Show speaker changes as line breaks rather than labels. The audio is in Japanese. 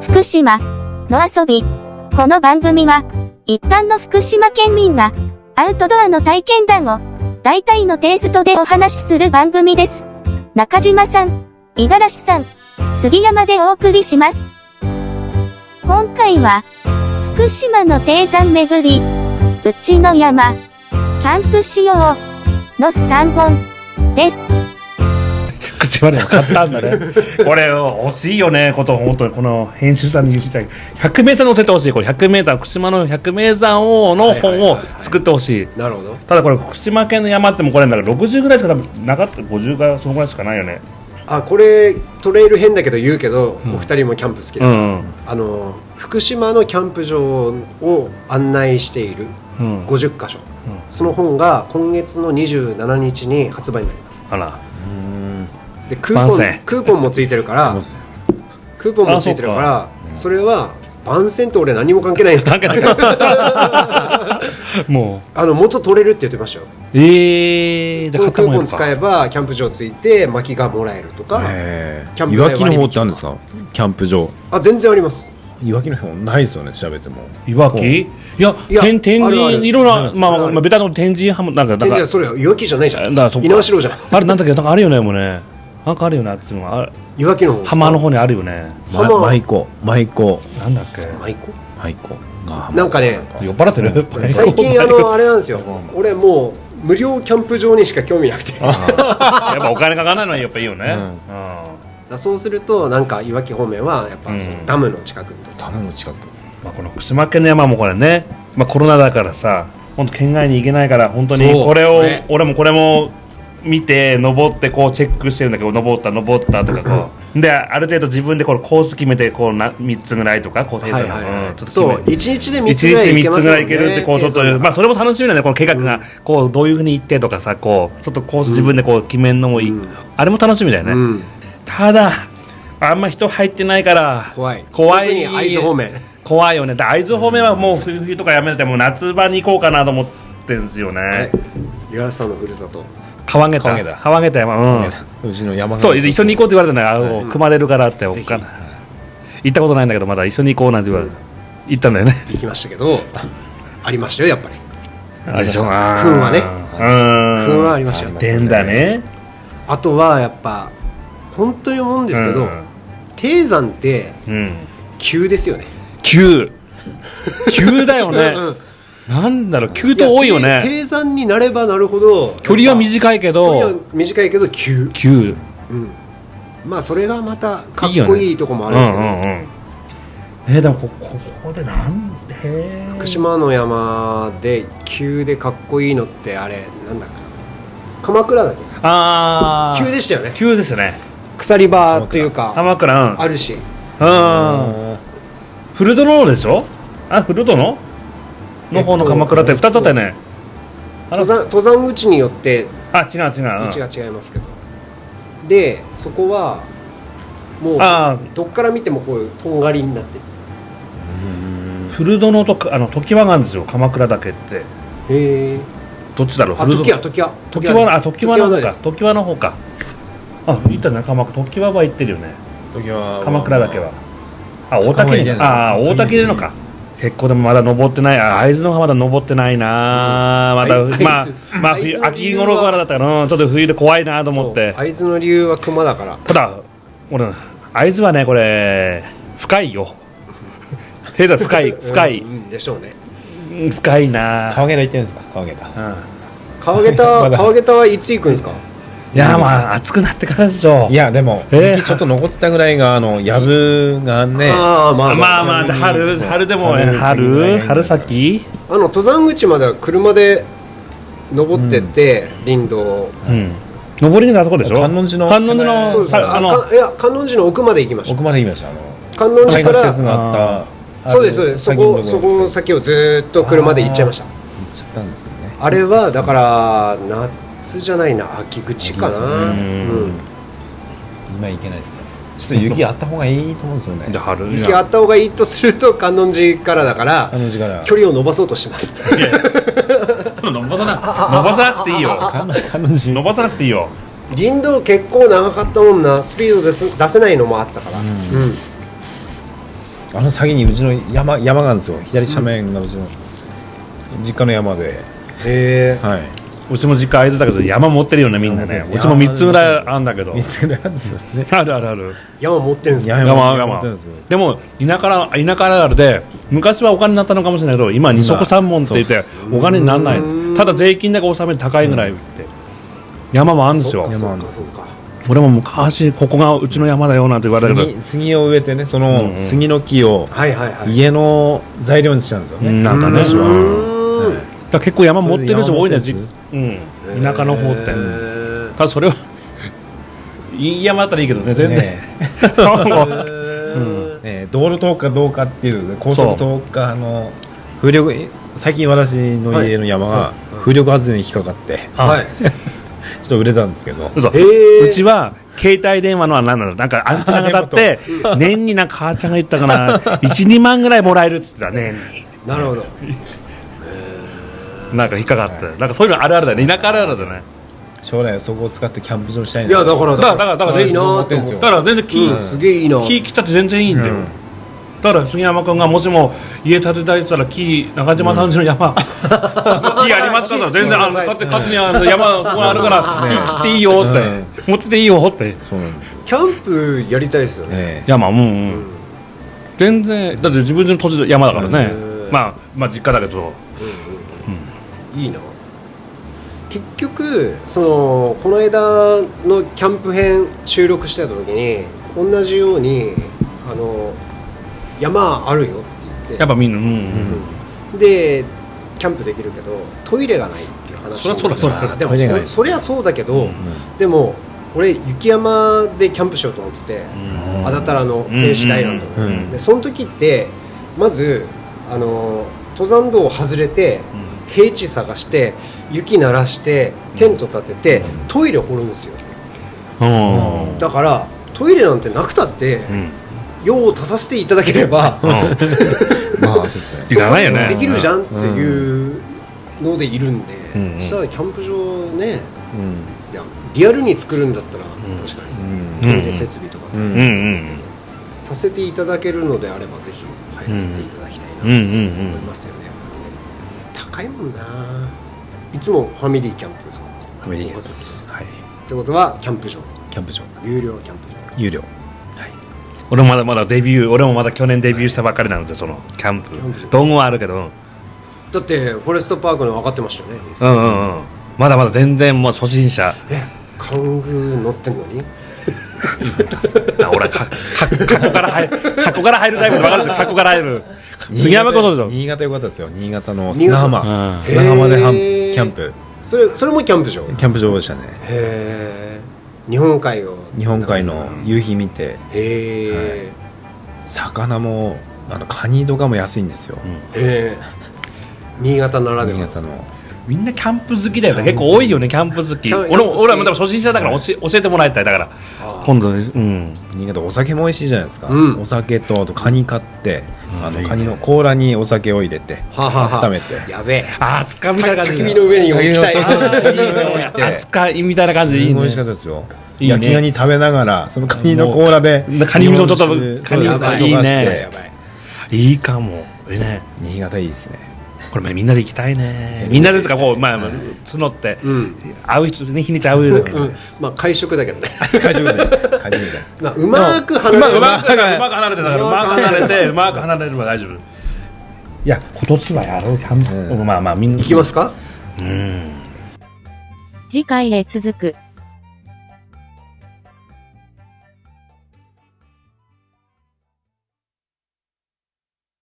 福島の遊び。この番組は、一般の福島県民が、アウトドアの体験談を、大体のテイストでお話しする番組です。中島さん、五十嵐さん、杉山でお送りします。今回は、福島の低山巡り、うちの山、キャンプ仕様、の3本、です。
口まで買ったんだねこれ欲しいよねこと本当にこの編集さんに言いたい百名山に載せてほしいこれ百名山福島の百名山王の本を作ってほしい
なるほど
ただこれ福島県の山ってもうこれなんか60ぐらいしか多分なかった50がそのぐらいしかないよね
あこれトレイル変だけど言うけど、お二人もキャンプ好きだ、
うん
あの福島のキャンプ場を案内している
うん
50箇所、その本が今月の27日に発売になります
あら
でクーポ
番
ン
宣
クーポンもついてるからクーポンもついてるからそれは番宣と俺何も関係ないんですか
関係 ないも
あの元取れるって言ってましたよ
うえー、で
この
買っ
ク
た
ー
もん
ポ
や
ン
る
使
か
えばキャンプ場ついて薪がもらえるとか
え
キャン
ー、い
プ代
わきの方ってあるんですかキャンプ場
あ全然あります
いわきの方ないですよね調べても
いわきいや
いや
天天
あるある
神いろいろ
ありま
な
す
まあ
あるある
まあベタなこと天神派もなんかなん
全
か
然それいわきじゃないじゃん
だからそっか
猪苗代じゃん
あれなんだっけなんかあるよねもうねなんかあるよなっていうのはある
いわきの方
浜の方にあるよね
ま
浜
舞妓舞妓
なんだっけ
舞妓
舞妓が浜
なんかね
酔っ払ってる
最近あ のあれなんですよ俺もう無料キャンプ場にしか興味なくて
やっぱお金かからないのはやっぱいいよね、
うん
だそうするとなんかいわき方面はやっぱそのダムの近くにとか
棚の近く
まあ、この福島県の山もこれね、まあ、コロナだからさ本当県外に行けないから本当に
そう
これ
そ
を
れ
俺もこれも見て登ってこうチェックしてるんだけど登った登ったとかこうである程度自分でこれコース決めてこうな3つぐらいとかこう平
は
山
いはい
の、
は
うんちょっ
いそ
と決め
う一日で3つ
一
ぐら
日
い行
で
け
3
ます
つぐ
もん
ら
ね
いいけるってこうちょっ
計
と
算が
まあそれも楽しみなんだよこの計画がこうどういうふうに行ってとかさこうちょっとコース自分でこう決めんのもいい、
うん
あれも楽しみだよね、
うん
ただあんま人入ってないから
怖い
怖
特に
い
会津方面
怖いよねだ会津方面はもう冬冬とかやめてもう夏場に行こうかなと思ってんすよね
五十嵐さんのふるさと
川下
川下
田川下田山うん
うちの山
そう一緒に行こうって言われたんだから、
い
組まれるからっておっ
ぜひ
かな行ったことないんだけどまだ一緒に行こうなんて言われて、行ったんだよね
行きましたけどありましたよやっぱり
あれでしょ
不運はね不運
不
はありましたよ
でんだね
あとはやっぱ本当に思うんですけど
うん
低山って
うん
急ですよね
急急だよ
うん
ねなんだろう急と多いよ
や
ね
低山になればなるほど
距離は短いけ
距離は
ど
短いけど急
急
まあそれがまたかっ
いいよ
こ
ね
いいとこもあるんですけど、
うんうんうんえーでもこここでなんへー
福島の山で急でかっこいいのってあれなんだっけな鎌倉だっけ
ああ
急でしたよね
急ですね
鎖場というか
鎌倉
あるし
うんうんフルドローでしょあフルドのの方の鎌倉って2つあったよねあの
登山登山口によって
あ違う違う、うん
道が違いますけど、でそこはも
あ
うどっから見てもこういうとんがりになって
フルドのとかあの時はがあるんですよ鎌倉岳って
るへえ
どっちだろう
あ
古殿
時は時は
時はなあ時はの方
で
か
す
時はの方かあ行ったね鎌倉時はは行ってるよね鎌倉岳はあ大
高
滝
森
で
でない
ああ大滝でのか結構でもまだ登ってないあ会津の方はまだ登ってないな、まだ
会津
まあまあ
会津
冬
の理
秋
由は
頃からだったからうんちょっと冬で怖いなと思って
そう会津の理由は熊だから
ただ俺会津はねこれ深いよ低山深い深い
うんうんでしょうね
うん深いな、
川下田行ってんですか川下田
うん、
川下田
まだ
川下田はいつ行くんですか
いやまあ暑くなってからでしょ
いやでも、
えー
雪ちょっと残ってたぐらいがあのやぶがね
ああまあ
まあ
あ
まあ
うん
春春でもね
春
春春先
の登山口までは車で登ってって、林道を
うん登り口のあそこでしょ
観音寺の
観音寺
あ
の
そうですね
あ
あ
あの
かいや観音寺の奥まで行きまし
奥まで行きましたあの
た観音寺
介
か
護施
ら
設があった
そうですそうですそこそこ
先
先をずーっと車で行っちゃいました
行っちゃったんですよね
あれはだから夏じゃないな秋口かな、う
秋ですね
ん、
今行けないですねちょっと雪あった方がいいと思うんですよね
じゃあ春
雪あった方がいいとすると観音寺からだから
あの時から
距離を伸ばそうとしてます
伸ばさな伸ばさなくていいよ
あの彼女
伸ばさなくていいよ
林道結構長かったもんなスピードです出せないのもあったから、うん
あの先にうちの山山があるんですよ左斜面がうちの、実家の山で、
へえ
はい、
うちも実家会津だけど山持ってるよねみんなね
そうですね
うちも3つぐらいあるんだけど
見つけたんですよね
あるあるある
山持ってるんですか
山は
山
山
本ですよ
でも田舎ら田舎らで昔はお金になったのかもしれないけど今二足三門って言ってお金にならな
う
い
ん
ただ税金だけ納めて高いぐらいって山もあるんですよ
そっかそ
山あ
っ
るん
か
です
そっか
俺も昔ここがうちの山だよなんて言われる
杉杉を植えてねそ
うんう
の
ん
杉の木を
はいはいはい
家の材料にしたんですよね、
うん
なんかね、
昔は
うーんへ
だから結構山持ってる人多いね
そ
じ
れ山
う
持
ん
ー
田舎の方って
へ
ただそれはいい山だったらいいけどね全然
ね
ー
ね道路通るかどうかっていうですね高速通るかあの風力最近私の家の山が風力発電に引っかかって
はい
ちょっと売れたんですけど
嘘
へー
うちは携帯電話のは何なのなんかアンテナが立って 年になんか母ちゃんが言ったかな12 万ぐらいもらえるっつってた年に
なるほど
なんか引っかかってなんかそういうのあるあるだね田舎あるあるだね
将来はそこを使ってキャンプ場したいん
いやだから
だからだから
いいなーって
全然持ってんす
だ
よ
思
から全然木、
ううんすげえいいな
木切ったって全然いいんだよ、だから杉山君がもしも家建てたいって言ったら木中島さんちの 山、木あり ますかって言ったら全然あの勝手勝手にあの山ここあるから木切っていいよって、持ってていいよって
そうなんです
キャンプやりたいですよね
ね
山うんうん、全然だって自分の土地で山だからね、
うん
まあまあ実家だけど
いいな結局そのこの間のキャンプ編収録してた時に同じようにあの山あるよって言って
やっぱみんなうん、
でキャンプできるけどトイレがないっていう話
そりゃそうだ
になってさ
そう
でも
だ
トイレがな
そ
い
そりゃそうだけど、
うん
でも俺雪山でキャンプしようと思ってて、
うん
安達太良の静止台なんだ
うんうんうん
でその時ってまずあの登山道を外れて平地探して雪鳴らしてテント立ててトイレ掘るんですよ
うんうん
だからトイレなんてなくたって用を足させていただければ
うん
まあそうですね
いらないよ ね
できるじゃんっていうのでいるんで、
うんうん
そしたらキャンプ場ね
う
い
ん
やリアルに作るんだったら
ん
確か
うん
にトイレ設備とか
う
うんうんん
させていただけるのであればぜひ入らせていただきたいなと
うんうんうん
思いますよね、やっぱりね高いもんないつもファミリーキャンプ
ファミリーキャンプですはい
ってことはキャンプ場
キャンプ場
有料キャンプ場
有料
俺もまだまだデビュー俺もまだ去年デビューしたばっかりなのでそのキャン
ャンプ
プ道具はあるけど
だってフォレストパークの分かってましたよね、
うんうんうんまだまだ全然もう初心者
えカングー乗ってんのに
だ俺はかか過去から入る過去から入るタイプで分かるんですよ過去から入 る杉山こそでしょ
新潟良かったですよ新潟の
新潟
砂浜、
うん
砂浜でハン
へー
キャンプ
それそれもキャンプ場へ
キャンプ場でしたね
え日本海を
日本海の夕日見て
へえ、
魚もあのカニとかも安いんですよ、
へえ新潟ならで
新
は
潟の
みんなキャンプ好きだよね結構多いよねキャンプ好き
キャン
俺も俺はもう
キャンプ好き
多分初心者だから教え教えてもらいたいだから
あー
今度ねうん
新潟お酒も美味しいじゃないですか、
うん
お酒とあとカニ買って、あ
いい
の
ね
カニの甲羅にお酒を入れて、
はあはあはあ
温めて
やべえ
ああつかみたいな感
焚
じ
き火の 上に置きたい
焚き火の上
いいねあつかみたいな感じでいい
すごい美
ね
味しかったですよ
いいね
焼きガニ食べながらそのカニの甲羅で
もうカニ味噌ちょっと
日本酒
カニ味噌
そう
いいね
溶かして
やばい
いいかもいいね
新潟いいですね
これみんなで行きたいねみんなですかこうまあまあ募って
うん
会う人ね日にち会うだけど
うん、まあ会食だけどね
カジュアルでカジュアルで
まあうまーく
う
離
ま
れ
く
る
うまくうまく離れてだからう
う
ま
ま
く
く
離
離
れ
れ
てうまく離れれば大丈夫いや今年はやろうキャンプまあまあみんな
行きますか
次回へ続く。